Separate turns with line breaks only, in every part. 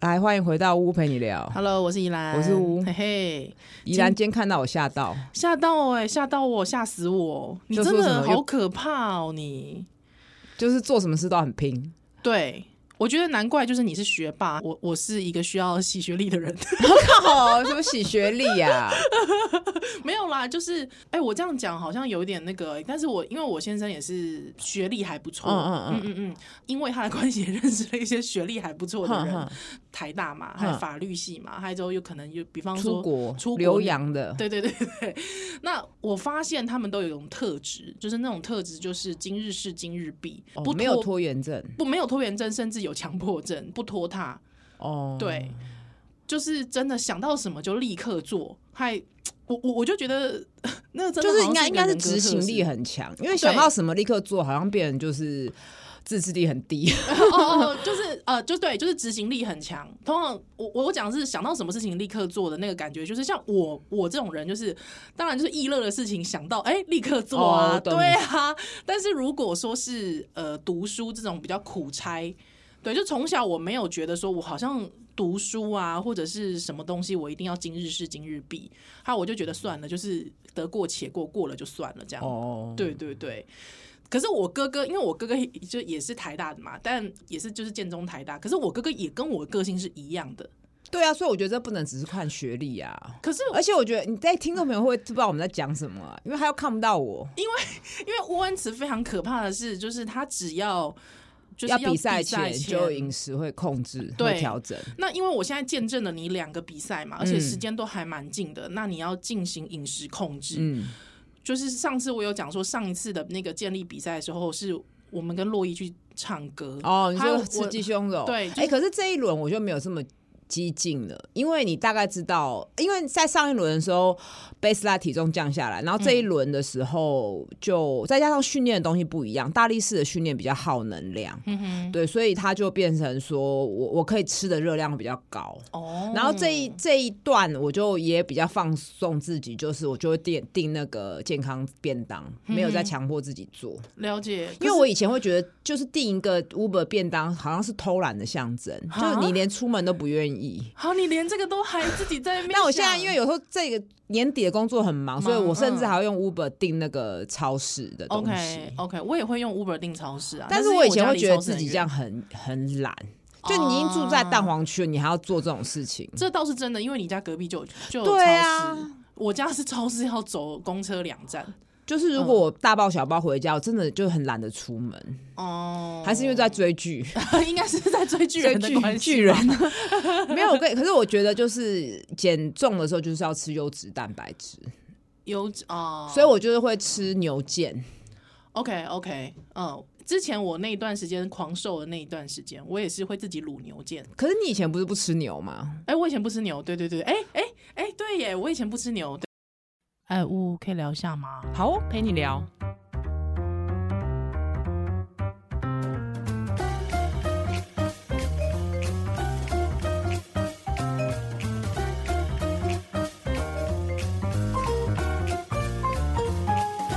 来，欢迎回到屋陪你聊。
Hello，我是依兰，
哦我是吴
嘿嘿，
怡然今天看到我吓到，
吓到哎、吓到我，吓死我！你
就
真
说什
的
么
好
又
可怕哦，你。
就是做什么事都很 拼，
对，我觉得难怪，就是你是学霸，我我是一个需要洗学历的人。
靠，什么洗学历啊呀、
没有啦，就是哎、我这样讲好像有点那个，但是我因为我先生也是学历还不错，
嗯
嗯
嗯
嗯嗯，因为他的关系也认识了一些学历还不错的
哼
人，
哼
台大嘛，还有
哼
法律系嘛，还有之后有可能就比方
嗯出
说
国
出国
留洋的，
对对对对，那我发现他们都有一种特质，就是那种特质就是今日事今日毕，
哦
不
没有
拖
拖延症
不没有拖延症，甚至有强迫症，不拖沓，
哦。
对，就是真的想到什么就立刻做，还我我我就觉得 那个真的
就是
好像
应该应该是
一个人格
执行
特
力
质
很强，因为想到什么立刻做，好像变成就是自制力很低。
哦，哦，就是呃，就对，就是执行力很强。通常我我我讲的是想到什么事情立刻做的那个感觉，就是像我我这种人，就是当然就是易乐的事情想到哎、立刻做啊，
哦懂
对啊。但是如果说是呃读书这种比较苦差，对，就从小我没有觉得说我好像。读书啊，或者是什么东西，我一定要今日事今日毕。还有，我就觉得算了，就是得过且过，过了就算了，这 样。
哦，
对对对。可是我哥哥，因为我哥哥就也是台大的嘛，但也是就是建中台大。可是我哥哥也跟我个性是一样的。
对啊，所以我觉得这不能只是看学历啊。
可是
而且我觉得你在听众朋友会不知道我们在讲什么啊、因为他又看不到我。
因为乌恩慈非常可怕的是，就是他只要就是
要比
赛
赛前就饮食会控制、
对
会调整，
那因为我现在见证了你两个比赛嘛，而且
嗯
时间都还蛮近的，那你要进行饮食控制。
嗯，
就是上次我有讲说，上一次的那个建立比赛的时候，是我们跟洛伊去唱歌。
哦，你
还有
说
我
吃鸡胸肉，
对就是
哎、可是这一轮我就没有这么。激进了，因为你大概知道，因为在上一轮的时候，贝斯拉体重降下来，然后这
嗯
一轮的时候就、再加上训练的东西不一样，大力士的训练比较耗能量，
嗯哼，
对，所以它就变成说我我可以吃的热量比较高，
哦
然后这一这一段我就也比较放松自己，就是我就会订订那个健康便当，没
嗯
有再强迫自己做，
了解，
因为我以前会觉得就是订一个 Uber 便当好像是偷懒的象征，就
啊
是你连出门都不愿意。
好，你连这个都还自己在那边想。 嗯
那我现在因为有时候这个年底的工作很忙，所以我甚至还要用 Uber 订那个超市的东西。
OK OK，我也会用 Uber 订超市啊，
但
是
是我以
因
前
为
会
家
觉得
离超
自
市
己
很
这样
远，哦
很很懒，就你已经住在蛋黄区了，你还要做这种事情。
这倒是真的，因为你家隔壁就有就有超市，
对啊
我家是超市要走公车两站。
就是如果
嗯
我大包小包回家，我真的就很懒得出门，
哦，
还是因为在追剧。
应该是在追巨 人的
追
关系
巨人
吧
没有，我跟可是我觉得就是减重的时候就是要吃优质蛋白质，
有哦，
所以我就是会吃牛腱。
OK OK，嗯，之前我那一段时间狂瘦的那一段时间，我也是会自己卤牛腱。
可是你以前不是不吃牛吗？
哎、我以前不吃牛，对对对，哎哎哎，对耶，我以前不吃牛。对哎，呜，可以聊一下吗？
好、哦，陪你聊。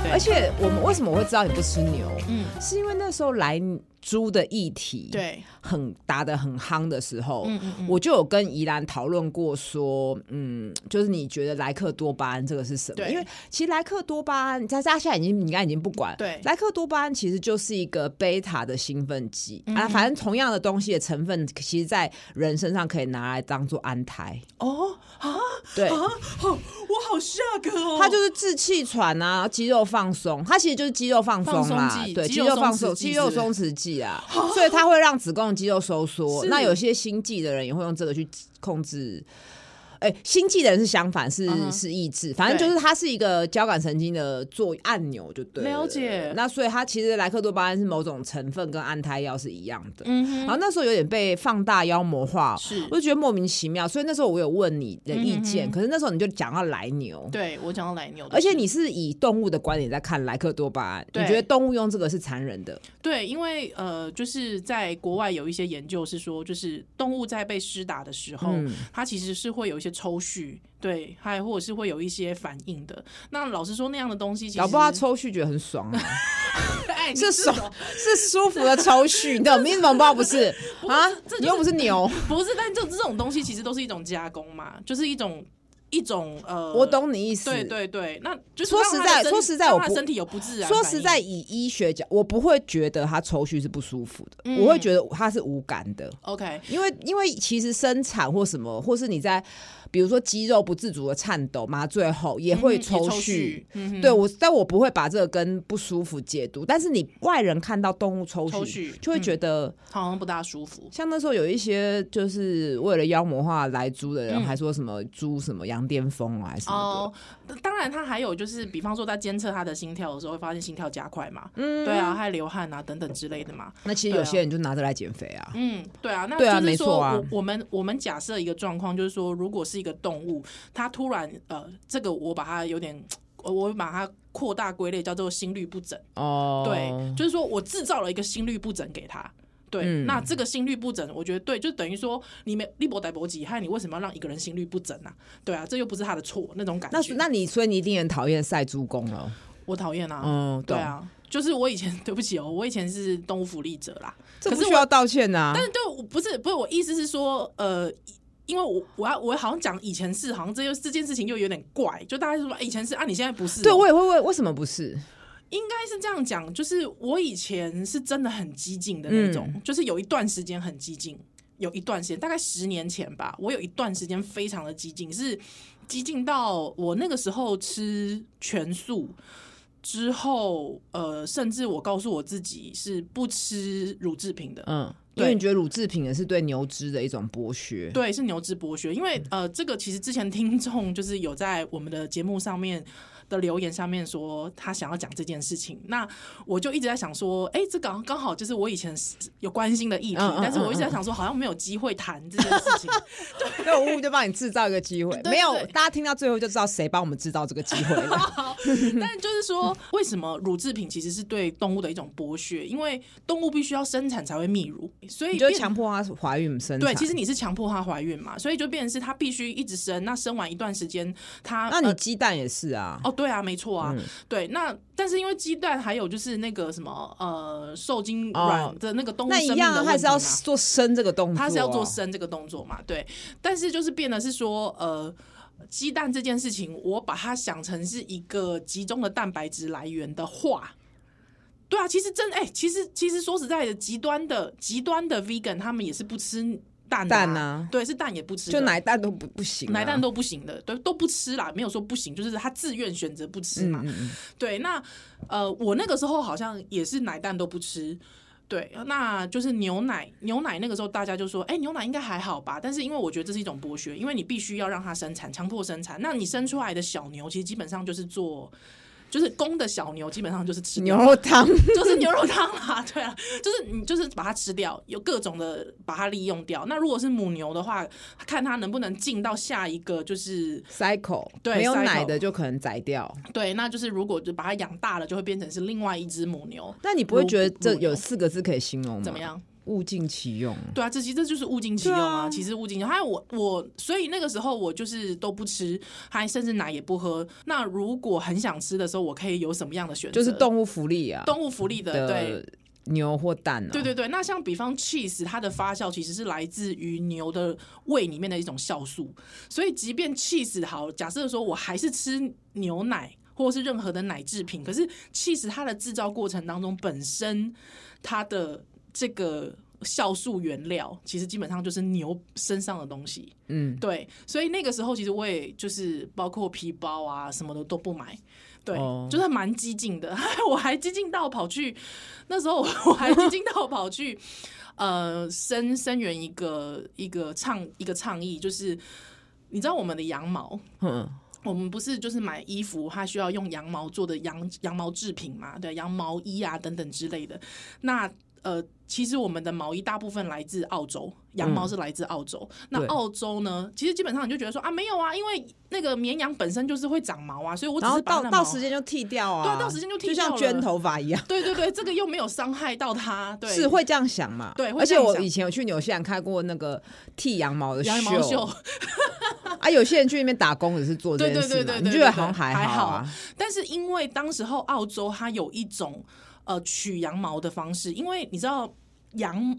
对
而且我们为什么我会知道你不吃牛，
嗯，
是因为那时候来猪的议题，
对，
很打得很夯的时候，
嗯嗯嗯
我就有跟怡兰讨论过说，嗯，就是你觉得莱克多巴胺这个是什么？
对
因为其实莱克多巴胺，在大家现在已经你应该已经不管，
对
莱克多巴胺其实就是一个贝塔的兴奋剂、
嗯
啊，反正同样的东西的成分，其实在人身上可以拿来当做安胎，
哦啊，
对。
啊，好，我好下个哦。
它就是治气喘啊，肌肉放松，它其实就是肌肉放松
放
啦
松剂，
对，
肌
肌
肉
肉放
松弛
松，
剂
肌肉
是
松
不
弛剂啊，所以它会让子宫肌肉收缩。
是
那有些心悸的人也会用这个去控制。哎、心悸的人是相反，是、
嗯哼
是抑制，反正就是它是一个交感神经的做按钮，就对
了解
那所以它其实莱克多巴胺是某种成分，跟安胎药是一样的。
嗯哼
然后那时候有点被放大妖魔化，
是嗯
我就觉得莫名其妙。所以那时候我有问你的意见，可是那时候你就讲到来牛，
对我讲到来牛的
而且
事
你是以动物的观点在看莱克多巴胺，你
对
觉得动物用这个是残忍的？
对，因为呃，就是在国外有一些研究是说，就是动物在被施打的时候，
嗯
它其实是会有一些抽搐，对，还或者是会有一些反应的。那老实说，那样的东西其实
搞不好他抽蓄觉得很爽啊！
哎、哎，你
是
这
手
种
是舒服的抽蓄，你懂？你怎么包不是
不
啊
这这？
你
就
又不
是
是牛，
不是，但就这种东西其实都是一种加工嘛，就是一种一种呃，
我。懂你意思。
对对对，那就是
说
让
实
他
在
的身
说实在我
让他
不
身体有不自然反应。
说实在，以医学角，我不会觉得他抽蓄是不舒服的，
嗯
我会觉得他是无感的。
，OK，
因为因为其实生产或什么，或是你在比如说肌肉不自主的颤抖、麻醉后也会
嗯也
抽
抽
蓄
蓄。嗯哼
对我，但我不会把这个跟不舒服解读。但是你外人看到动物抽
抽嗯
蓄
蓄，
就会觉得、
好像不大舒服。
像那时候有一些就是为了妖魔化来租的人，
嗯
还说什么租什么羊癫疯啊还是什么
哦，当然，他还有就是，比方说在监测他的心跳的时候，会发现心跳加快嘛，嗯，对啊，还流汗啊等等之类的嘛，
的。那其
啊
实有些人就拿着来减肥啊。
嗯，对啊，那
对啊
就
没
是
错
说，
啊
我我们我们假设一个状况，就是说，如果是一个动物，它突然呃，这个我把它有点，我我把它扩大归类叫做心律不整，
哦，
对，就是说我制造了一个心律不整给它。对，
嗯
那这个心律不整，我觉得对，就等于说你没利伯逮伯吉，害你为什么要让一个人心律不整啊？对啊，这又不是他的错，那种感
那
觉，
那你所以你一定很讨厌晒猪公了。
我讨厌啊。
嗯，
对
懂，
啊，就是我以前 对不起哦，我以前是动物福利者啦。
这
可
不
是
需
我，
要道歉呐、啊。
但对我不是不是我意思是说，呃，因为我我要我好像讲以前是，好像这又这件事情又有点怪，就大家就说、哎以前是啊，你现在不是哦、
对我也会问为什么不是？
应该是这样讲，就是我以前是真的很激进的那种，就是有一段时间很激进，有一段时间大概十年前吧，我有一段时间非常的激进，是激进到我那个时候吃全素。之后，呃，甚至我告诉我自己是不吃乳制品的，
嗯，因
对
为你觉得乳制品也是对牛脂的一种剥削。
对，是牛脂剥削。因为
嗯
呃，这个其实之前听众就是有在我们的节目上面的留言上面说他想要讲这件事情，那我就一直在想说，哎、这刚刚好就是我以前是有关心的议题，
嗯嗯嗯
但是我一直在想说好像没有机会谈这件事 情。
那我误就帮你制造一个机会，
对
没有
对，
大家听到最后就知道谁帮我们制造这个机会了。
但就是说，为什么乳制品其实是对动物的一种剥削？因为动物必须要生产才会泌乳，所以
你就
变
强迫她怀孕生产。
对，其实你是强迫她怀孕嘛，所以就变成是她必须一直生。那生完一段时间，她
那
呃
你鸡蛋也是啊。
哦，对啊，没错啊，对。那但是因为鸡蛋还有就是那个什么呃受精
哦
卵的那个动物
那
生
一
命
样啊，
的问
他还是
题
要
嘛
做生这个动作、啊
它是要做。生这个动作嘛，对。但是就是变得是说呃。鸡蛋这件事情，我把它想成是一个集中的蛋白质来源的话，对啊，其实真哎、其实其实说实在的，极端的极端的 vegan 他们也是不吃蛋的、
蛋啊
对，是蛋也不吃的，
就奶蛋都不不行、啊，
奶蛋都不行的，对，都不吃啦，没有说不行，就是他自愿选择不吃
嗯
嘛。对，那呃，我那个时候好像也是奶蛋都不吃。对，那就是牛奶，牛奶那个时候大家就说，哎、牛奶应该还好吧？但是因为我觉得这是一种剥削，因为你必须要让它生产，强迫生产。那你生出来的小牛，其实基本上就是做，就是公的小牛，基本上就是吃
牛肉汤。
就是牛肉汤啦，对啊，就是你就是把它吃掉，有各种的把它利用掉。那如果是母牛的话，看它能不能进到下一个，就是
cycle
对
没有
cycle
奶的就可能宰掉。
对，那就是如果就把它养大了，就会变成是另外一只母牛，
那你不会觉得这
乳牛
有四个字可以形容吗？
怎么？样？
物尽其用。
对啊，这其实这就是物尽其
嗯
用
对啊
啊，其实物尽其用。还有我我，所以那个时候我就是都不吃，还甚至奶也不喝。那如果很想吃的时候，我可以有什么样的选择？
就是动物福利啊，
动物福利的对
的牛或蛋啊。
对对对，那像比方 cheese，它的发酵其实是来自于牛的胃里面的一种酵素，所以即便 cheese 好，假设说我还是吃牛奶或是任何的奶制品，可是 cheese 它的制造过程当中本身它的这个。酵素原料其实基本上就是牛身上的东西，
嗯，
对，所以那个时候其实我也就是包括皮包啊什么的都不买，对，
哦
就是蛮激进的， 我还激进到跑去，那时候我 我还激进到跑去， 呃，声声援一个一个倡一个倡议，就是你知道我们的羊毛。
嗯，
我们不是就是买衣服，它需要用羊毛做的羊羊毛制品嘛，对，羊毛衣啊等等之类的。那呃，其实我们的毛衣大部分来自澳洲，羊毛是来自澳洲。
嗯对
那澳洲呢，其实基本上你就觉得说啊，没有啊，因为那个绵羊本身就是会长毛啊，所以我只
然后
是把
到
它的毛
到时间就剃掉啊，
对啊到时间就剃掉了
就像捐头发一样。
对对对，这个又没有伤害到它，对，
是会这样想嘛？
对会
而且
这样
我
想
以前有去纽西兰看过那个剃羊毛的
羊毛秀。
啊，有些人去那边打工也是做这件事嘛，
对对对对对
你觉得好像还啊
还
好
好
啊？
但是因为当时候澳洲它有一种呃取羊毛的方式，因为你知道羊。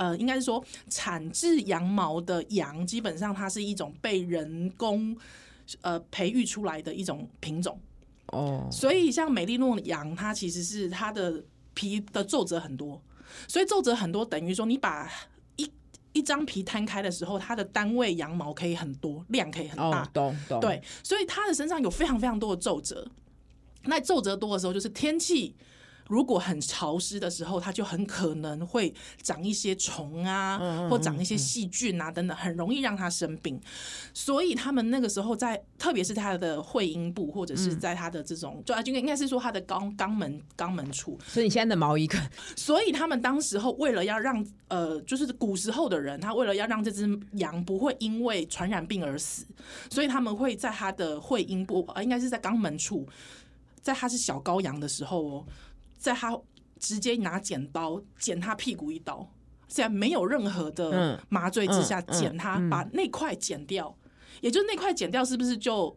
呃，应该是说产制羊毛的羊，基本上它是一种被人工呃培育出来的一种品种，
哦，
所以像美利诺羊，它其实是它的皮的皱褶很多，所以皱褶很多等于说你把一一张皮摊开的时候，它的单位羊毛可以很多，量可以很大，
哦，懂懂，
啊对，所以它的身上有非常非常多的皱褶。那皱褶多的时候，就是天气如果很潮湿的时候，它就很可能会长一些虫啊，或长一些细菌啊等等，很容易让它生病。所以他们那个时候在，特别是它的会阴部，或者是在它的这种，就啊，就应该是说它的肛肛门肛门处，
所以你现在的毛衣跟
所以他们当时候为了要让呃，就是古时候的人，他为了要让这只羊不会因为传染病而死，所以他们会在它的会阴部，呃，应该是在肛门处，在它是小羔羊的时候哦，在它直接拿剪刀剪它屁股一刀，在没有任何的
嗯
麻醉之下
嗯嗯
剪它，把那块剪掉，也就是那块剪掉是不是就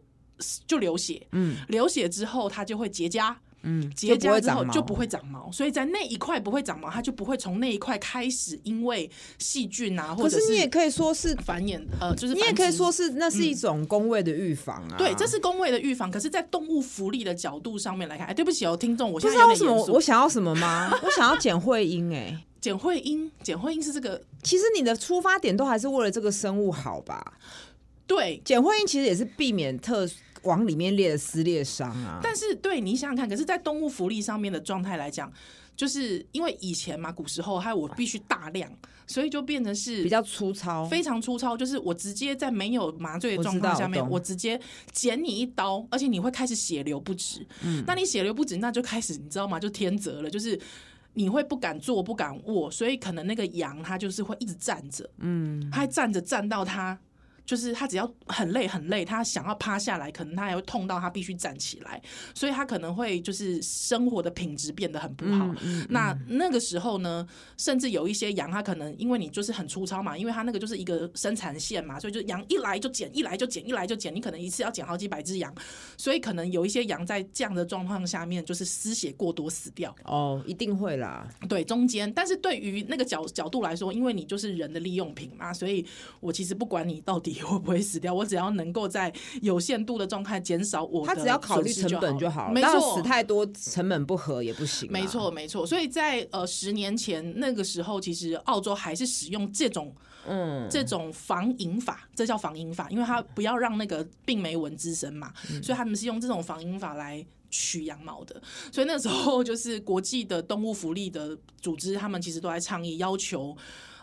就流血？嗯，流血之后它就会结痂。
嗯，
结
就不
痂
会
之后
长毛，
就不会长毛，所以在那一块不会长毛，它就不会从那一块开始，因为细菌啊， 或
可
者
是你也可以说是，
繁衍，呃，就是
你也可
繁
以
殖
说是那是一种工位的预防啊。
对，这是工位的预防。可是，在动物福利的角度上面来看，哎，对不起哦，听众，我
不
现
知
在
道
有
为
点
什么
严
我
肃。
想要什么 吗？我想要剪会阴哎、
简慧英，简慧英是这个
其实你的出发点都还是为了这个生物好吧？
对，
简会阴其实也是避免特往里面裂的撕裂伤啊。
但是对你想想看，可是，在动物福利上面的状态来讲，就是因为以前嘛，古时候还有我必须大量，所以就变成是
比较粗糙，
非常粗糙，就是我直接在没有麻醉的
我
状
知
况
道
下面，
懂
我直接剪你一刀，而且你会开始血流不止。嗯，那你血流不止，那就开始你知道吗？就天择了，就是你会不敢坐，不敢卧，所以可能那个羊它就是会一直站着，嗯，它还站着站到它。就是它只要很累很累，它想要趴下来，可能它还会痛到它必须站起来，所以它可能会就是生活的品质变得很不
嗯
好。那那个时候呢，甚至有一些羊，它可能因为你就是很粗糙嘛，因为它那个就是一个生产线嘛，所以就羊一来就剪，一来就剪，一来就剪，你可能一次要剪好几百只羊，所以可能有一些羊在这样的状况下面就是失血过多死掉。
哦，一定会啦。
对，中间，但是对于那个角角度来说，因为你就是人的利用品嘛，所以我其实不管你到底 会不会死掉，我只要能够在有限度的状态减少我的
他只要考虑
损失
成本就
好
好了，
没
当然
错，
死太多成本不合也不行。
没，错，没错。所以在呃十年前那个时候，其实澳洲还是使用这种
嗯，
这种防蝇法，这叫防蝇法，因为它不要让那个病媒蚊滋生嘛，
嗯
所以他们是用这种防蝇法来。取羊毛的，所以那时候就是国际的动物福利的组织，他们其实都在倡议要求，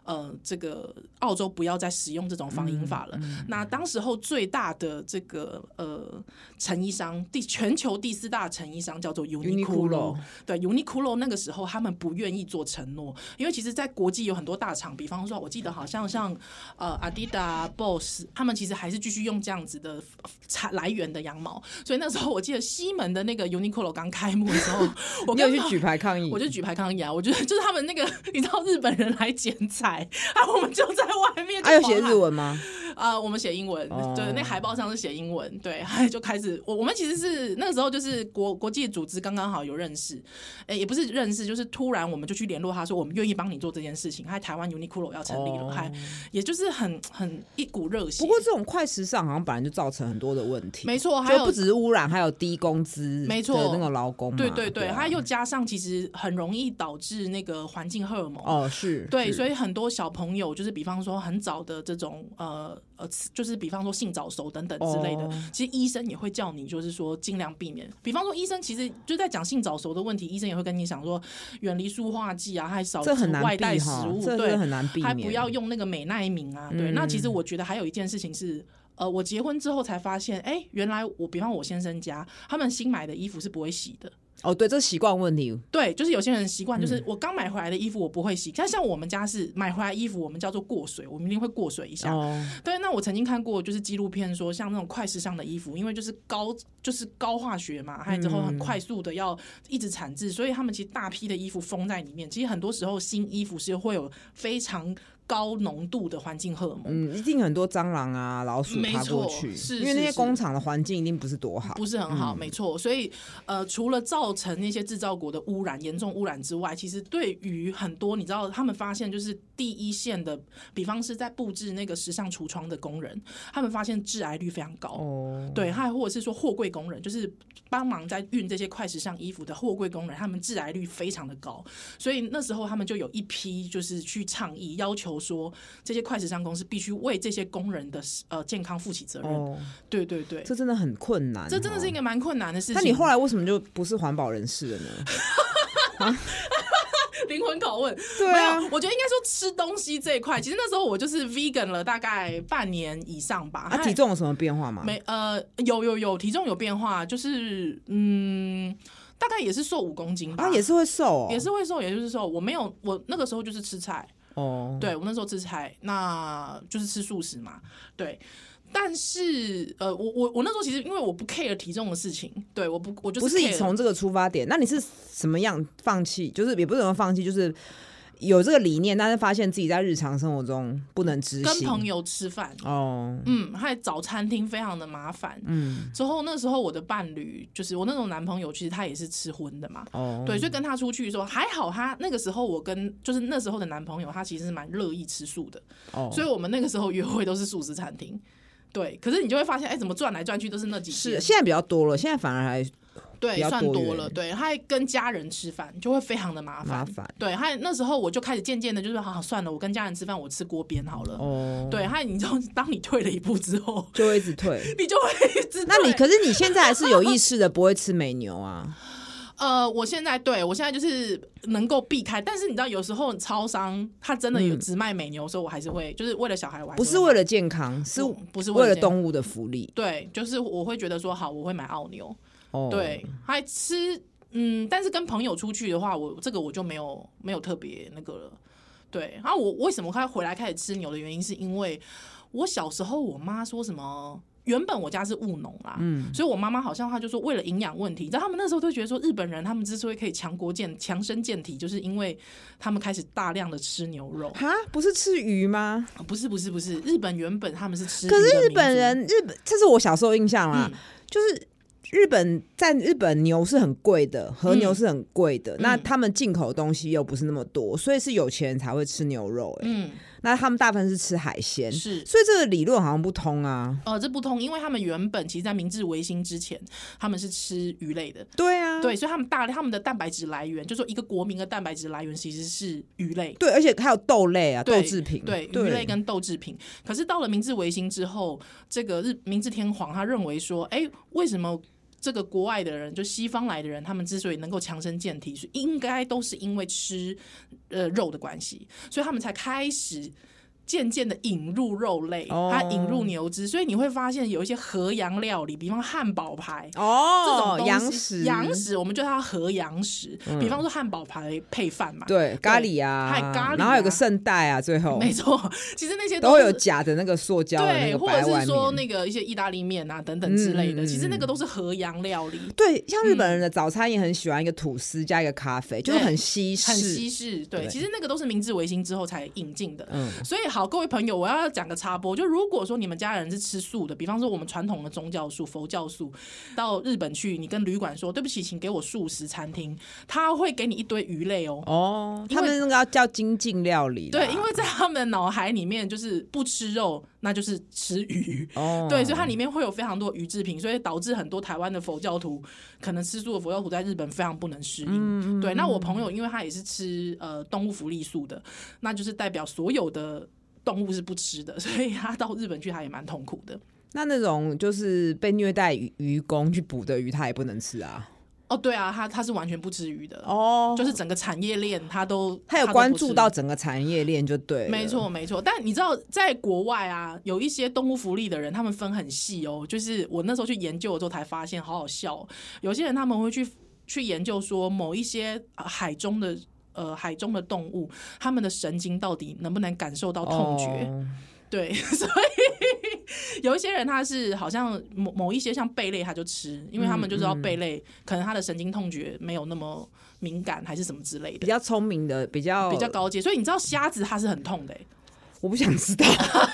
呃，这个澳洲不要再使用这种防蝇法了。
嗯
那当时候最大的这个呃成衣商，第全球第四大成衣商叫做 Uniqlo
Uniqlo。
对 Uniqlo 那个时候他们不愿意做承诺，因为其实，在国际有很多大厂，比方说，我记得好像像呃 Adidas、Boss，他们其实还是继续用这样子的产来源的羊毛。所以那时候我记得西门的那个 Uniqlo 刚开幕的 时候，我
你有
跟
去举牌抗议？
我就举牌抗议啊！我觉得就是他们那个，你知道日本人来剪彩，啊，我们就在外面就
啊，有写
狂喊
日文吗？
啊、我们写英文，
哦
对，那海报上是写英文，对， 还就开始，我我们其实是那个时候就是国国际组织刚刚好有认识，诶，也不是认识，就是突然我们就去联络他说我们愿意帮你做这件事情，还台湾 Uniqlo 要成立了，
哦
还也就是很很一股热血。
不过这种快时尚好像本来就造成很多的问题，
没错，还
就
有
不只是污染，还有低工资，
没错
那个劳工嘛，
对对对，
啊
它又加上其实很容易导致那个环境荷尔蒙。
哦是，
对，
是
所以很多小朋友就是，比方说很早的这种呃呃，就是比方说性早熟等等之类的，
哦
其实医生也会叫你，就是说尽量避免。比方说医生其实就在讲性早熟的问题，医生也会跟你讲说，远离塑化剂啊，还少
这很
吃
难
外带
避
食
哈
物，，
这
对
是，很难避
还
免，嗯
不要用那个美奈明啊。对，那其实我觉得还有一件事情是。呃，我结婚之后才发现，哎、原来我，比方我先生家，他们新买的衣服是不会洗的，
哦，对，这习惯问题，
对，就是有些人习惯，就是我刚买回来的衣服我不会洗，但像我们家是买回来衣服，我们叫做过水，我们一定会过水一下。
哦，
对，那我曾经看过就是纪录片说，像那种快时尚的衣服，因为就是高就是高化学嘛，还有之后很快速的要一直产制，所以他们其实大批的衣服封在里面。其实很多时候新衣服是会有非常高浓度的环境荷尔蒙，
嗯，一定很多蟑螂啊、老鼠
没
爬过
错
去，
是
因为
是
那些
是
工厂的环境一定不是多好。嗯
不是很好，没错。所以呃，除了造成那些制造国的污染、严重污染之外，其实对于很多你知道，他们发现就是第一线的，比方是在布置那个时尚橱窗的工人，他们发现致癌率非常高。
哦，
对，还或者是说货柜工人，就是帮忙在运这些快时尚衣服的货柜工人，他们致癌率非常的高，所以那时候他们就有一批就是去倡议，要求说这些快时尚公司必须为这些工人的呃健康负起责任。
哦，
对对对，
这真的很困难哦。
这真的是一个蛮困难的事情。
那你后来为什么就不是环保人士了呢？
灵魂拷问，
对
没
啊
有，，我觉得应该说吃东西这一块，其实那时候我就是 vegan 了大概半年以上吧。
啊，
还
体重有什么变化吗？
哎没呃有有有体重有变化，就是嗯大概也是瘦五公斤吧，
啊，也是会瘦哦，
也是会瘦，也就是说我没有我那个时候就是吃菜，
哦，
对我那时候吃菜，那就是吃素食嘛，对。但是，呃，我我我那时候其实因为我不 care 体重的事情，对，我不我就是
不是以
care
从这个出发点，那你是什么样放弃？就是也不是怎么放弃，就是有这个理念，但是发现自己在日常生活中不能执
跟朋
行。
友吃饭，
哦，
嗯，还找餐厅非常的麻烦。
嗯，
之后那时候我的伴侣就是我那种男朋友，其实他也是吃荤的嘛，
哦，
对，所以跟他出去的时候还好他，那个时候我跟就是那时候的男朋友，他其实是蛮乐意吃素的，
哦，
所以我们那个时候约会都是素食餐厅。对，可是你就会发现，哎、怎么转来转去都是那几
是
间，
现在比较多了，现在反而还比
对，
较
算
多
多
元
了，对，还跟家人吃饭就会非常的麻
麻
烦。
烦。
对，还那时候我就开始渐渐的，就是好、好算了，我跟家人吃饭，我吃锅边好了。
哦，，
对，还你知道，当你退了一步之后，
就会一直退。
你就会知道。
那你可是你现在还是有意识的，不会吃美牛啊？
呃，我现在对我现在就是能够避开，但是你知道，有时候超商它真的有只卖美牛的时候，我还是会就是为了小孩，我还
嗯不
是
是
会
为了健康，是
不不是
为了
健
动物的福利。
对，就是我会觉得说好，我会买澳牛，
哦，
对，还吃嗯，但是跟朋友出去的话，我这个我就没有没有特别那个了。对，然、后我为什么开回来开始吃牛的原因，是因为我小时候我妈说什么。原本我家是务农啦，
嗯
所以我妈妈好像她就说为了营养问题，你知道他们那时候都觉得说日本人他们之所以可以强国健强身健体，就是因为他们开始大量的吃牛肉。
哦
啊
哈，不是吃鱼吗？
不是不是不是，日本原本他们是吃鱼的
可
民族，
是日本人，日本这是我小时候印象啦，
嗯
就是日本在日本牛是很贵的，和牛
嗯
是很贵的，那
嗯
他们进口的东西又不是那么多，所以是有钱人才会吃牛肉、欸，
嗯
那他们大部分是吃海鲜，所
是
以这个理论好像不通啊。
呃，这不通，因为他们原本其实，在明治维新之前，他们是吃鱼类的，
对啊，
对，所以他们大他们的蛋白质来源，就说一个国民的蛋白质来源其实是鱼类，
对，而且还有豆类啊，豆
对
制品，
对，鱼类跟豆制品。可是到了明治维新之后，这个日明治天皇他认为说，哎、为什么？这个国外的人，就西方来的人，他们之所以能够强身健体，是应该都是因为吃呃肉的关系，所以他们才开始渐渐的引入肉类，
哦
还引入牛脂，所以你会发现有一些河洋料理，比方汉堡排，这种
哦
东，西
洋食，嗯
洋食我们叫它和洋食。比方说汉堡排配饭嘛，
对，咖喱啊，
还有咖喱啊
然后有个圣代啊，最后
没错。其实那些
都会
是
有假的那个塑胶的那
对，
个
或
白
者
外
是说
面。
那个一些意大利面啊等等之类的，
嗯嗯
其实那个都是和洋料理，
对，像日本人
嗯
的早餐也很喜欢一个吐司加一个咖啡，就是
对
很西式。
嗯很西式。对，
对
其实那个都是明治维新之后才引进的。
嗯，
所以好，各位朋友，我要讲个插播，就如果说你们家人是吃素的，比方说我们传统的宗教素、佛教素，到日本去，你跟旅馆说对不起，请给我素食餐厅，他会给你一堆鱼类哦。
哦，
因
他
为
们那个要叫精进料理啦。
对，因为在他们脑海里面，就是不吃肉，那就是吃鱼。
哦，
对，所以它里面会有非常多鱼制品，所以导致很多台湾的佛教徒可能吃素的佛教徒在日本非常不能适应。
嗯
对，那我朋友因为他也是吃呃动物福利素的，那就是代表所有的动物是不吃的，所以他到日本去他也蛮痛苦的。
那那种就是被虐待渔渔工去捕的鱼，他也不能吃啊。
哦，对啊，他他是完全不吃鱼的，
哦
就是整个产业链他都
他有
都不
关注
吃
到整个产业链，就对，
没。错，没错。但你知道，在国外啊，有一些动物福利的人，他们分很细哦。就是我那时候去研究的时候才发现，好好笑、哦。有些人他们会去去研究说，某一些、呃海中的呃海中的动物，他们的神经到底能不能感受到痛觉？
哦
对，所以有一些人他是好像某某一些像贝类他就吃，因为他们就知道
嗯
贝类、可能他的神经痛觉没有那么敏感，还是什么之类
比
的。
较聪明的，比较
比较高阶，所以你知道虾子它是很痛的欸、
我不想知道。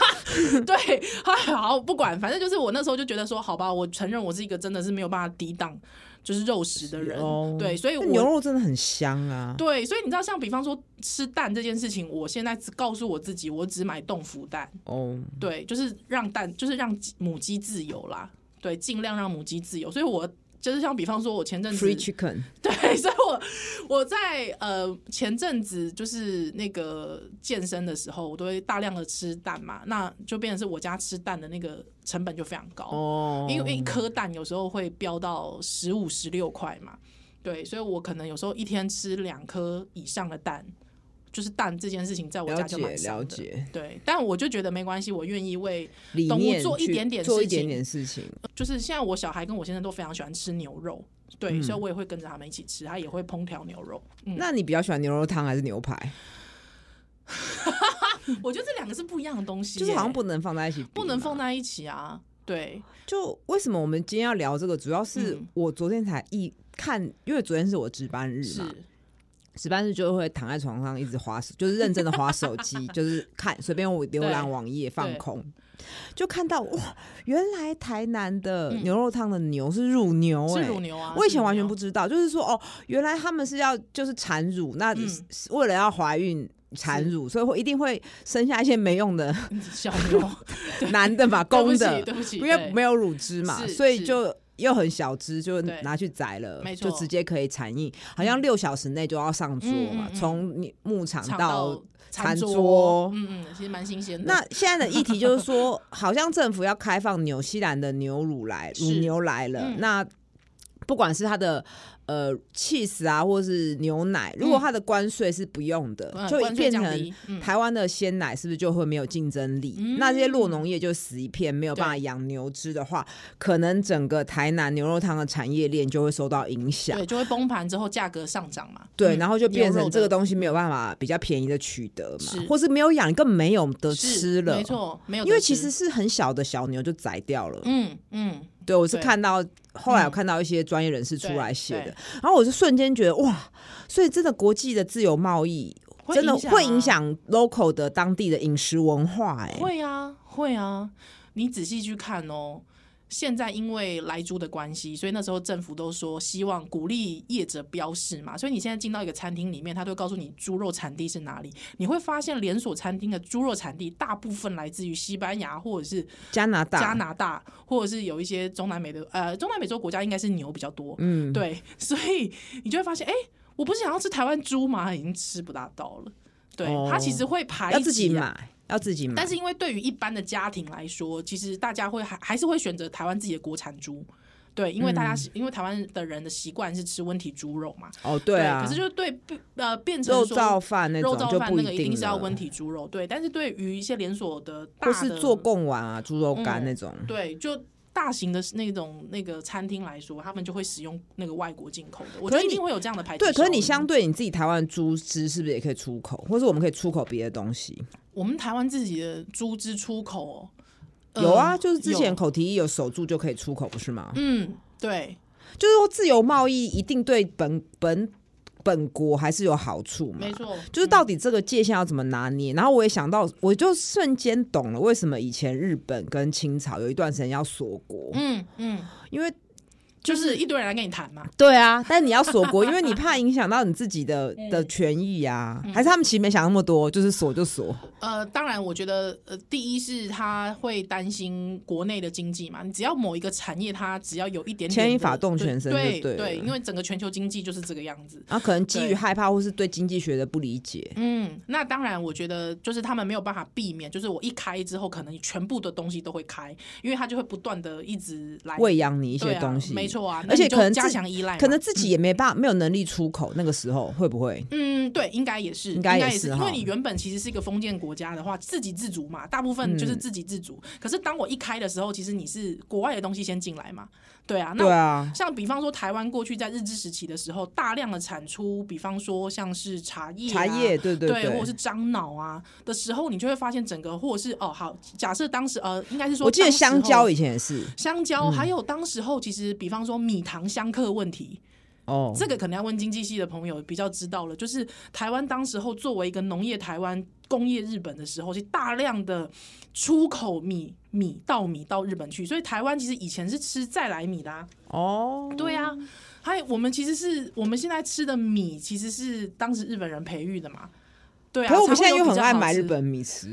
对，好，不管，反正就是我那时候就觉得说，好吧，我承认我是一个真的是没有办法抵挡就是肉食的人，
哦
对，所以
那
我
牛肉真的很香啊，
对，所以你知道，像比方说吃蛋这件事情，我现在只告诉我自己，我只买冻孵蛋，
哦，
对，就是让蛋，就是让鸡母鸡自由啦，对，尽量让母鸡自由。所以我就是像比方说，我前阵子
，free chicken，
对，所以我我在呃前阵子就是那个健身的时候，我都会大量的吃蛋嘛，那就变成是我家吃蛋的那个成本就非常高，
哦，
因为一颗蛋有时候会飙到十五、十六块嘛，对，所以我可能有时候一天吃两颗以上的蛋，就是蛋这件事情在我
了
家就
解
蛮伤
了
的。
解，
对，但我就觉得没关系，我愿意为，
理
动物
念
做一
去
点点
做
事
一点
情
点事情，
就是现在我小孩跟我先生都非常喜欢吃牛肉，对，
嗯
所以我也会跟着他们一起吃，他也会烹调牛肉。嗯，
那你比较喜欢牛肉汤还是牛排？
我觉得这两个是不一样的东西
就
耶，
是好像不能放在一起比嘛，
不能放在一起啊。对，
就为什么我们今天要聊这个，主要是
嗯
我昨天才一看，因为昨天是我值班日
是
嘛，值班日就会躺在床上一直划手，就是认真的划手机，就是看随便我浏览网页放空，就看到哇，原来台南的
嗯
牛肉汤的牛是乳牛、欸，
是乳牛啊。
我以前
是乳
完全
牛
不知道，就是说哦，原来他们是要就是产乳，那
嗯
是为了要怀孕产乳，所以会一定会生下一些没用的
小牛，
男的嘛，公的，
对不起，对
因
不起，
为没
有
有乳汁嘛，
是
所以
是
就又很小只，就
对
拿去宰了
没，
就
错嗯
直接可以产印，好像六小时内就要上桌嘛
嗯嗯，嗯
从你牧场
尝
到
到。
餐
餐
桌
嗯嗯，其实蛮新鲜的。
那现在的议题就是说，好像政府要开放纽西兰的牛乳来，乳
是
牛来了。
嗯
那不管是它的呃 cheese 啊，或是牛奶，如果它的关税是不用的，
嗯
就
关税
变
降
成
低嗯
台湾的鲜奶是不是就会没有竞争力？
嗯
那这些落农业就死一片，没有办法养牛只的话，可能整个台南牛肉汤的产业链就会受到影响。
对，就会崩盘之后价格上涨嘛。
对，
嗯
然后就变
牛
成
肉
这个
的
东西没有办法比较便宜的取得嘛
是，
或是没有养，更没有得
是
吃了。
没错，没有得吃，
因为其实是很小的小牛就宰掉了。
嗯嗯，
对，我是
对
看到后来有看到一些专业人士出来写
嗯对
的，然后我就瞬间觉得哇，所以真的国际的自由贸易
会
真的
啊
会影，响 local 的当地的饮食文化、哎，
会啊会啊，你仔细去看哦。现在因为莱猪的关系，所以那时候政府都说希望鼓励业者标示嘛，所以你现在进到一个餐厅里面，他都会告诉你猪肉产地是哪里，你会发现连锁餐厅的猪肉产地大部分来自于西班牙或者是
加拿大，
加拿大，
嗯
或者是有一些中南美的呃中南美洲国家应该是牛比较多，
嗯，
对，所以你就会发现，哎、我不是想要吃台湾猪嘛，已经吃不大到了。对，
哦
它其实会排
要自己
挤啊。
买，要自己买，
但是因为对于一般的家庭来说，其实大家会还还是会选择台湾自己的国产猪。对，因为
嗯
大家、是因为台湾的人的习惯是吃温体猪肉嘛，
哦，对啊，
可是就对不呃变成
肉
说
燥饭那
肉
种
燥
就
饭
不
那个一定
定
是要
了，
温体猪肉，对。但是对于一些连锁的大
或
的嗯
是做贡丸啊、猪肉干那种，
对，就大型的那种那个餐厅来说，他们就会使用那个外国进口的，我
可
觉得
是
一
你
定会有这样的排挤效
对，
应。
可是你相对你自己台湾的猪汁是不是也可以出口，或是我们可以出口别的东西？
我们台湾自己的猪只出口、哦，呃
有啊，就是之前
有
口蹄疫有守住就可以出口，不是吗？
嗯，对，
就是说自由贸易一定对本本本国还是有好处嘛
没。错，
就是到底这个界限要怎么拿捏，然后我也想到，我就瞬间懂了为什么以前日本跟清朝有一段时间要锁国，
嗯嗯，
因为
就是一堆人来跟你谈嘛，
对啊，但你要锁国，因为你怕影响到你自己 的
嗯
的权益啊，还是他们其实没想那么多，就是锁就 锁，
呃，当然，我觉得呃，第一是他会担心国内的经济嘛，你只要某一个产业，它只要有一点点
牵一
的
发动全身就
对
对了
对，因为整个全球经济就是这个样子，
然后可能基于
对
害怕或是对经济学的不理解，
嗯，那当然，我觉得就是他们没有办法避免，就是我一开之后，可能全部的东西都会开，因为它就会不断的一直来
喂养你一
一
些东西，
啊、没错啊，嗯那
而且
你就
可能自
加强依赖嘛，
可能自己也没办法，没有能力出口，那个时候会不会？
嗯，对，应该也是，
应
应
该也
也
是
因
哈
为你原本其实是一个封建国家的话，自给自足嘛，大部分
嗯
就是自给自足。可是当我一开的时候，其实你是国外的东西先进来嘛，对啊，那
对啊，
像比方说台湾过去在日治时期的时候，大量的产出，比方说像是茶叶、啊
茶叶，。对对
对，或者是樟脑啊的时候，你就会发现整个，或者是哦，好，假设当时呃，应该是说，
我记得香蕉嗯
也，
以前也是，
香蕉，还有当时候其实，比方说米糖相克问题，
哦，
这个可能要问经济系的朋友比较知道了。就是台湾当时候作为一个农业台湾、工业日本的时候，是大量的出口米、米稻米到日本去，所以台湾其实以前是吃再来米的、啊。
哦，
对啊，还我们其实是我们现在吃的米，其实是当时日本人培育的嘛。对啊，
可是我们
才
现
会
在
有
又
比
很
较
爱
好
买
吃啊
日本米 吃，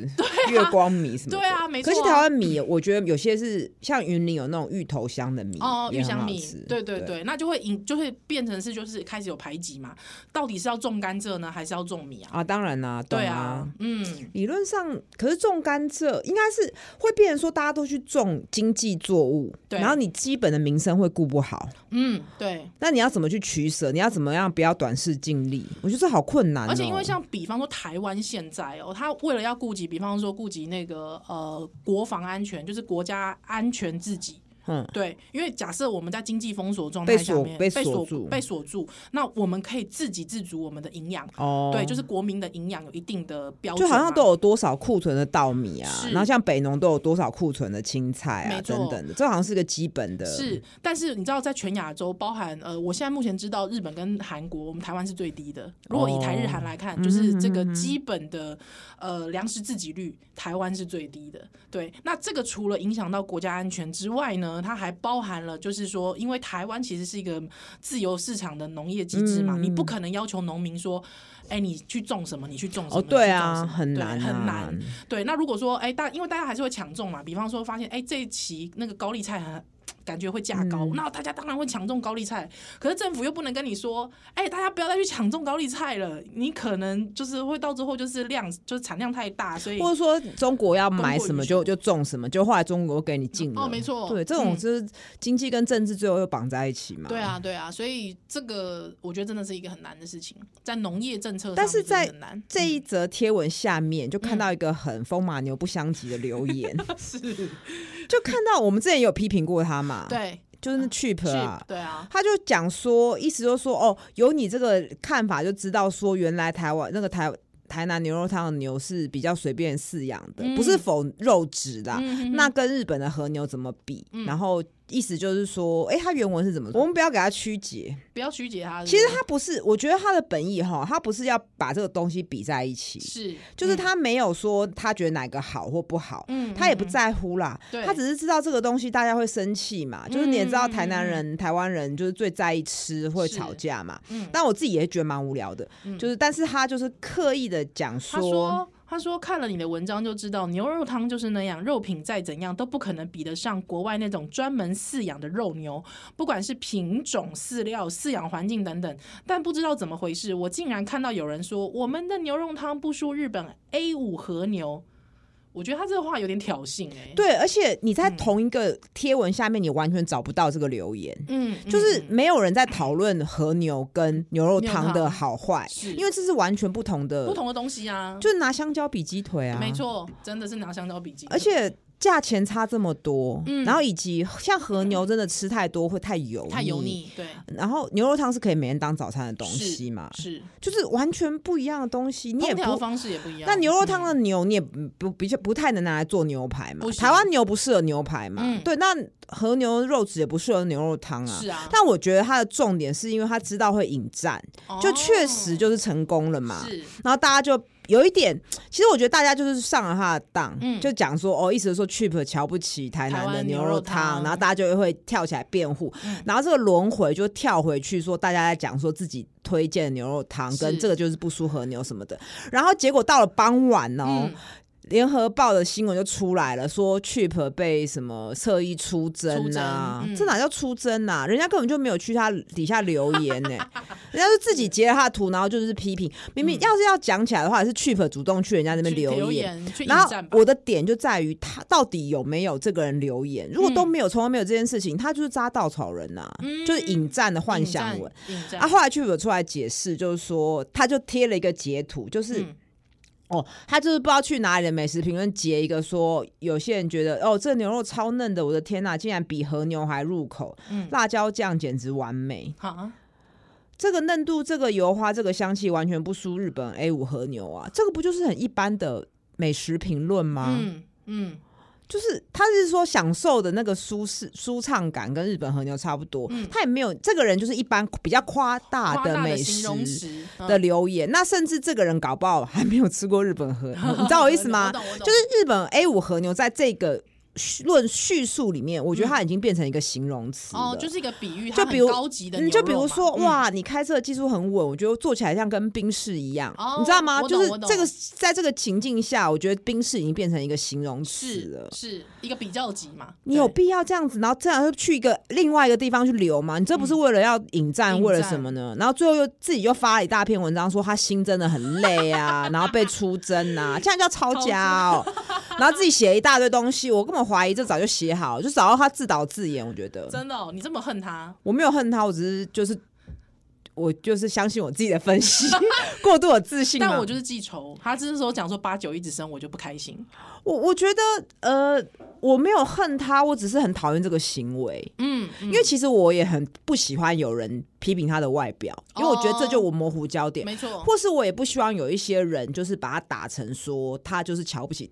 月光米什么的。
对啊没
可是
错啊
台湾米，我觉得有些是像云林有那种芋头香的米，
哦，
也
玉
很
香
好
米
吃。，
对对对，那就会引就会变成是就是开始有排挤嘛，到底是要种甘蔗呢，还是要种米啊？
啊，当然啦，懂
对
啊
啊。，嗯，
理论上，可是种甘蔗应该是会变成说大家都去种经济作物，
对
然后你基本的民生会顾不好，
嗯，对。
那你要怎么去取舍？你要怎么样不要短视尽力？我觉得这好困难、哦。
而且因为像比方说台湾现在哦，他为了要顾及，比方说顾及那个呃国防安全，就是国家安全自己。
嗯，
对，因为假设我们在经济封锁状态
被
下
锁
面
被
被
锁
锁
住
被锁住，那我们可以自给自足我们的营养。
哦，
对，就是国民的营养有一定的标
就
准嘛，
好像都有多少库存的稻米啊，
是
然后像北农都有多少库存的青菜啊
没错
等等的，这好像是个嗯基本的。
是，嗯但是你知道，在全亚洲，包含呃，我现在目前知道日本跟韩国，我们台湾是最低的。如果以台日韩来看，就是这个基本的呃粮食自给率，台湾是最低的。对，那这个除了影响到国家安全之外呢，它还包含了就是说，因为台湾其实是一个自由市场的农业机制嘛，
嗯
你不可能要求农民说，哎、你去种什么，你去种什么，
哦，
你去种
对啊，
什么
很
对
难、啊，
很难。对，那如果说哎、大因为大家还是会抢种嘛，比方说发现哎、这一期那个高丽菜很。感觉会价高，
嗯
那大家当然会抢种高丽菜。可是政府又不能跟你说，哎、大家不要再去抢种高丽菜了，你可能就是会到最后就是量就是产量太大，所以
或者说中国要买什么就
供过于
就种什么，就后来中国给你禁了。
哦，没错，
对，这种
嗯
就是经济跟政治最后又绑在一起嘛。
对。啊对啊，所以这个我觉得真的是一个很难的事情，在农业政策上
但是
真的
在
很难
这一则贴文下面就看
嗯
到一个很风马牛不相及的留 言，
是
就看到我们之前有批评过他嘛，，
对
就是那 cheap 啊
cheap，，对啊，
他就讲说，意思就是说，哦，有你这个看法就知道说，原来台湾那个台台南牛肉汤的牛是比较随便饲养的，
嗯
不是否肉质的啊、
嗯哼
那跟日本的和牛怎么比？
嗯
然后意思就是说，哎、他原文是怎么说？我们不要给他曲解。
不要曲解它。
其实
它
他不是，我觉得他的本意哈，他不是要把这个东西比在一起，
是
就是
嗯
他没有说他觉得哪个好或不好。
嗯
他也不
嗯嗯
在乎啦，
对
他只是知道这个东西大家会生气嘛，就是你也知道台
嗯
南人、台湾人就是最在意吃会吵架嘛。
嗯
但我自己也觉得蛮无聊的，
嗯
就是但是他就是刻意的讲说，
他说：“他说看了你的文章就知道，牛肉汤就是那样，肉品再怎样都不可能比得上国外那种专门饲养的肉牛，不管是品种、饲料、饲养环境等等。但不知道怎么回事，我竟然看到有人说我们的牛肉汤不输日本 A 五和牛。我觉得他这话有点挑衅哎、欸。
对，而且你在同一个贴文下面，你完全找不到这个留言，
嗯，嗯，
就是
嗯
没有人在讨论和牛跟牛肉汤的好坏，
是
因为这是完全不同的，
不同的东西啊，
就是拿香蕉比鸡腿啊，
没。错，真的是拿香蕉比鸡腿，
而且价钱差这么多，
嗯
然后以及像和牛真的吃太多会太油，
太油。腻，对，
然后牛肉汤是可以每天当早餐的东西嘛，
是
就是完全不一样的东西，你也
烹调
不。
方式也不一样。
那牛肉汤
嗯
的牛你也不不比较不太能拿来做牛排嘛
不，行
台湾牛不适合牛排嘛，
嗯
对，那和牛肉质也不适合牛肉汤啊。
是啊，
但我觉得它的重点是因为他知道会引战，就确实就是成功了嘛
哦。是
然后大家就有一点，其实我觉得大家就是上了他的当，
嗯
就讲说哦，意思是说 cheap 瞧不起台南
台
的
湾
牛
牛肉
肉汤，
汤
然后大家就会跳起来辩护，
嗯
然后这个轮回就跳回去说大家在讲说自己推荐的牛肉汤跟
是
这个就是不舒和牛什么的，然后结果到了傍晚哦。
嗯
联合报的新闻就出来了，说 Cheap 被什么侧翼出征啊
出征嗯
这哪叫出征啊？人家根本就没有去他底下留言呢、人家就自己截了他的图，然后就是批评。明明要是要讲起来的话，是 Cheap 主动去人家那边
嗯去
留
留
言。
言去
然
引
后
战吧。
我的点就在于他到底有没有这个人留言？如果都没有，从来没有这件事情，他就是扎稻草人呐、
嗯
就是引战的幻
引
想
战
文。
引战
啊，后来 Cheap 出来解释，就是说他就贴了一个截图，就是。
嗯
哦，他就是不知道去哪里的美食评论截一个说，有些人觉得哦，这牛肉超嫩的，我的天呐、竟然比和牛还入口，
嗯
辣椒酱简直完美，
啊，
这个嫩度、这个油花、这个香气完全不输日本哎 A 五和牛啊，这个不就是很一般的美食评论吗？
嗯嗯，
就是他是说享受的那个舒适舒畅感跟日本和牛差不多，他也没有这个人就是一般比较夸大
嗯夸
的
大
美
的形
食
容词嗯
的留言，那甚至这个人搞不好还没有吃过日本和，
嗯
你知道我意思 吗？
就
就是日本 A 五和牛在这个叙论叙述里面，我觉得它已经变成一个形容词了
哦，就是一个比喻，
就
它
比
很
如
高级的牛
嗯，
肉嘛，
就比如说，
嗯，
哇，你开车的技术很稳，我觉得做起来像跟宾士一样，
哦
你知道吗？
我
就
懂
是
我懂
这个，在这个情境下，我觉得宾士已经变成一个形容词
是
了。
是一个比较级嘛，
你有
对
必要这样子，然后这样就去一个另外一个地方去留吗？你这不是为了要引战，
嗯引
为了
战
什么呢？然后最后又自己又发了一大篇文章，说他心真的很累 啊，然后被出征啊，这样叫抄家哦。然后自己写一大堆东西，我根本怀疑这早就写好，就找到他自导自演。我觉得
真的哦，你这么恨他，
我没有恨他，我只是就是我就是相信我自己的分析， 过度有自信嘛。
但我就是记仇。他这时候讲说八九一直生，我就不开心。
我我觉得呃，我没有恨他，我只是很讨厌这个行为。
嗯，
因
因
为其实我也很不喜欢有人批评他的外表，因为我觉得这就我模糊焦点，
哦没错，
或是我也不希望有一些人就是把他打成说他就是瞧不起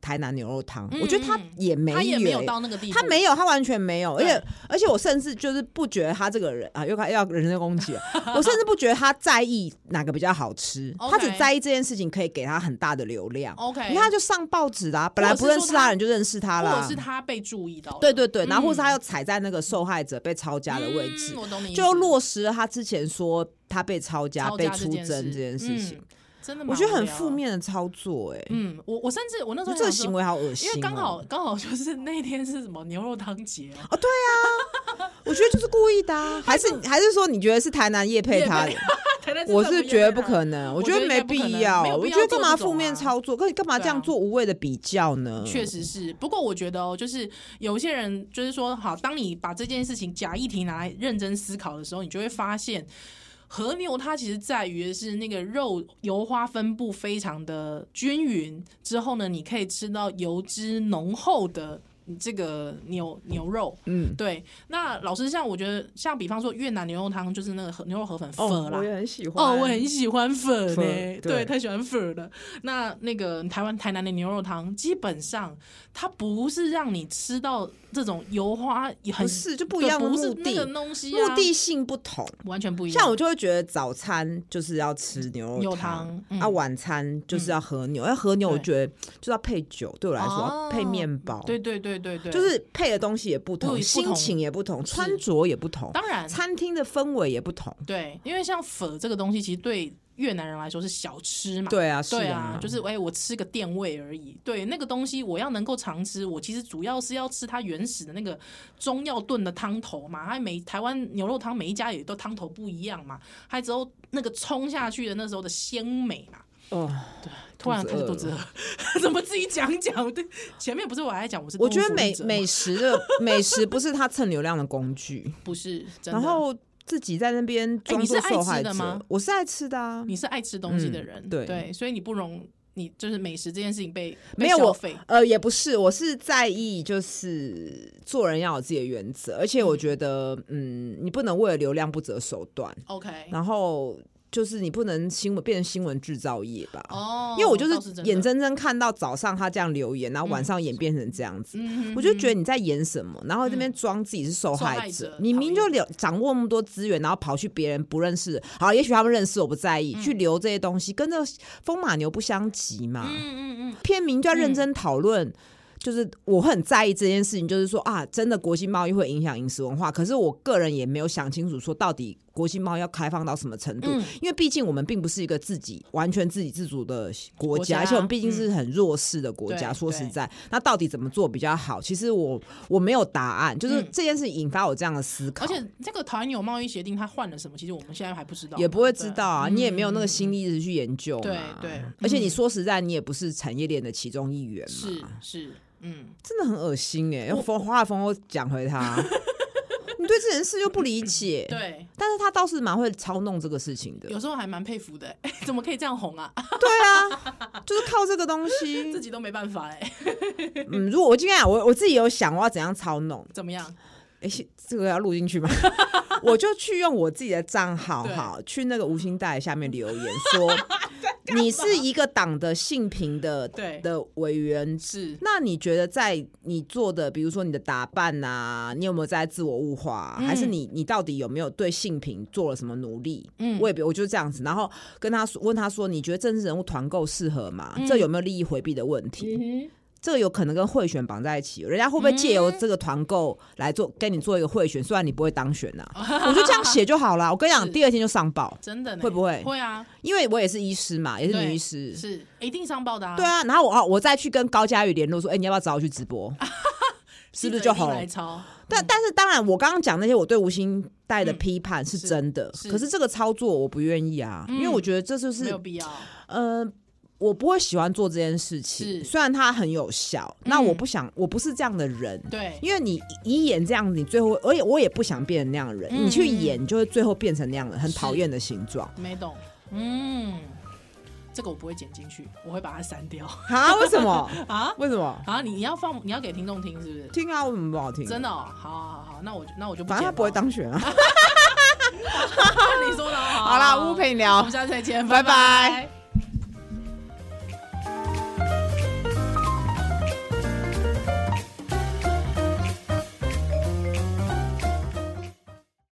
台南牛肉汤，
嗯
我觉得他也没有、
他也没有
欸
到那个地步，
他没有，他完全没有，而
对
且而且我甚至就是不觉得他这个人啊，又开又要人身攻 击了，我甚至不觉得他在意哪个比较好吃，他只
OK
在意这件事情可以给他很大的流量。
OK，
你看他就上报纸啦，本来
或者是
不认识
说他
他的人就认识他
或
啦
者是，他被注意到了，
对对对，然后或是
嗯
他又踩在那个受害者被抄家的位置
嗯，我懂你意思，
就落实了他之前说他被抄家、
吵
被
架
出征这件事情，
嗯，真的
我
蛮
觉得很
无聊
负。面的操作、哎、
嗯，我我甚至我那时
就
候
这个
想说
行。为好恶心、
因
哦
为刚好刚好就是那一天是什么牛肉汤节 哦，
我觉得就是故意的、 啊，还是还是说你觉得是台南叶配他的？
台南
我
真的
是
不
觉
夜
得
配
不
啦
可能，我
我
觉
觉
得
得
没
应该不可
必
能
要，
没有
我
必
觉
要
得
做
干嘛
这种
负面
啊
操作，跟你干嘛这
对啊
样做无谓的比较呢？
确实是，不过我觉得哦，就是有一些人就是说，好，当你把这件事情假议题拿来认真思考的时候，你就会发现。和牛它其实在于的是那个肉油花分布非常的均匀，之后呢，你可以吃到油脂浓厚的这个牛牛肉。
嗯，
对，那老师像我觉得，像比方说越南牛肉汤，就是那个和牛肉河粉粉
哦，
啦，
我也很喜欢，
哦，我很喜欢粉呢、
粉对
对，太喜欢粉了。那那个台湾台南的牛肉汤，基本上它不是让你吃到这种油花，也很
不是就不一样的
对不
目
是那个
的，
东西、啊，
目的性不同。
完全不一样。
像我就会觉得早餐就是要吃牛肉
牛肉
汤
汤，嗯嗯
啊，晚餐就是要和牛，要和牛我
对
觉得就是要配酒，对我来说要
哦
配面包，
对对对对对，
就是配的东西也不
不
同，
不
心
同
情也不同，穿着也不同，
当然
餐厅的氛围也不同。
对，因为像粉这个东西，其实对越南人来说是小吃嘛。
对啊，是
对啊，就是哎、我吃个垫胃而已。对，那个东西我要能够常吃，我其实主要是要吃它原始的那个中药炖的汤头嘛。它每台湾牛肉汤每一家也都汤头不一样嘛，还之后那个冲下去的那时候的鲜美嘛。
哦，
突然开始
肚
肚
子
子饿， 怎么自己讲讲？对，前面不是我还讲我是
我觉得
动物
美
主义者吗
美食的 美食不是他蹭流量的工具，
不是真的。
然
哎
后自己在那边装
你是
作受
爱吃
害
的吗
者。我是爱吃的啊，
你是爱吃东西的
嗯
人，
对
所以你不容你就是美食这件事情被
没有
被消
我
费
呃，也不是，我是在意就是做人要有自己的原则，而且我觉得，嗯，你不能为了流量不择手段，
OK
然后就是你不能新闻变成新闻制造业吧。
哦，
因为我就
倒
是
是真
眼
的嗯
睁睁看到早上他这样留言，然后晚上演变成这样子，
嗯哼嗯
我就觉得你在演什么，然后这边装自己是受
受
害
害
者，
者
你明明就
讨
留掌握那么多资源，然后跑去别人不认识的，好，也许他们认识我不在意，去留这些东西，跟这个风马牛不相及嘛。
嗯嗯嗯嗯，
片名就要认真讨论。就是我很在意这件事情，就是说啊，真的国际贸易会影响饮食文化。可是我个人也没有想清楚，说到底国际贸易要开放到什么程度？
嗯
因为毕竟我们并不是一个自己完全自给自足的国
国
家，
家
而且我们毕竟是很弱势的国家。
对
说实
对
在，那到底怎么做比较好？其实我我没有答案，就是
嗯
这件事引发我这样的思考，
而且这个台湾有贸易协定，它换了什么？其实我们现在还不知道嘛，
也不会
对嗯
知道啊，你也没有那个心力一直去研究嘛。
对对
而且你
嗯
说实在，你也不是产业链的其中一员嘛。
是是，嗯，
真的很恶心哎、欸！风花的风又讲回 他，你对这件事又不理解，
对，
但是他倒是蛮会操弄这个事情的，
有时候还蛮佩服的，哎， 怎么可以这样红啊？
就是靠这个东
自
西。
己都没办法哎，
嗯，如果我今天啊我我自己有想我要怎样操弄，
怎么样？
哎、这个要录进去 吗？我就去用我自己的账号
对
哈，去那个无心带下面留言说，你是一个党的性平的
对
的委员，
是
那你觉得在你做的，比如说你的打扮啊，你有没有在自我物化啊、还是你你到底有没有对性平做了什么努力？嗯，我也别，我就是这样子，然后跟他说，问他说，你觉得政治人物团购适合吗？这有没有利益回避的问题？
嗯
这个有可能跟贿选绑在一起，人家会不会借由这个团购来做跟你做一个贿选？虽然你不会当选呐、我就这样写就好了。我跟你讲，第二天就上报，
真的呢
会不会
会啊？
因为我也是医师嘛，也是女医师，
是一定上报的啊。
对啊。然后我我再去跟高佳宇联络说，哎、你要不要找我去直 播？是不是
记者一定
就红？
来抄？
但但是当然，我刚刚讲那些我对吴昕带的批判是真的，
嗯是嗯
可是这个操作我不愿意啊，因为我觉得这就是
没有必要。
呃，我不会喜欢做这件事情。
是嗯
虽然它很有效，那我不想，我不是这样的人。
对，
因为你你演这样子，你最后，而且我也不想变成那样的人。
嗯
你去演，你就会最后变成那样的很讨厌的形状。
没懂。嗯，这个我不会剪进去，我会把它删掉
啊？为什么？
啊
为什么？
啊！你你要放，你要给听众听是不是？
听啊，为什么不好听？
真的、哦，好好好，那我就那我就不
反正
剪了
他不会当选啊。
你说的哦，好
好啦，吴，
好
佩
我
聊
们。下次再见，
拜
拜
拜
拜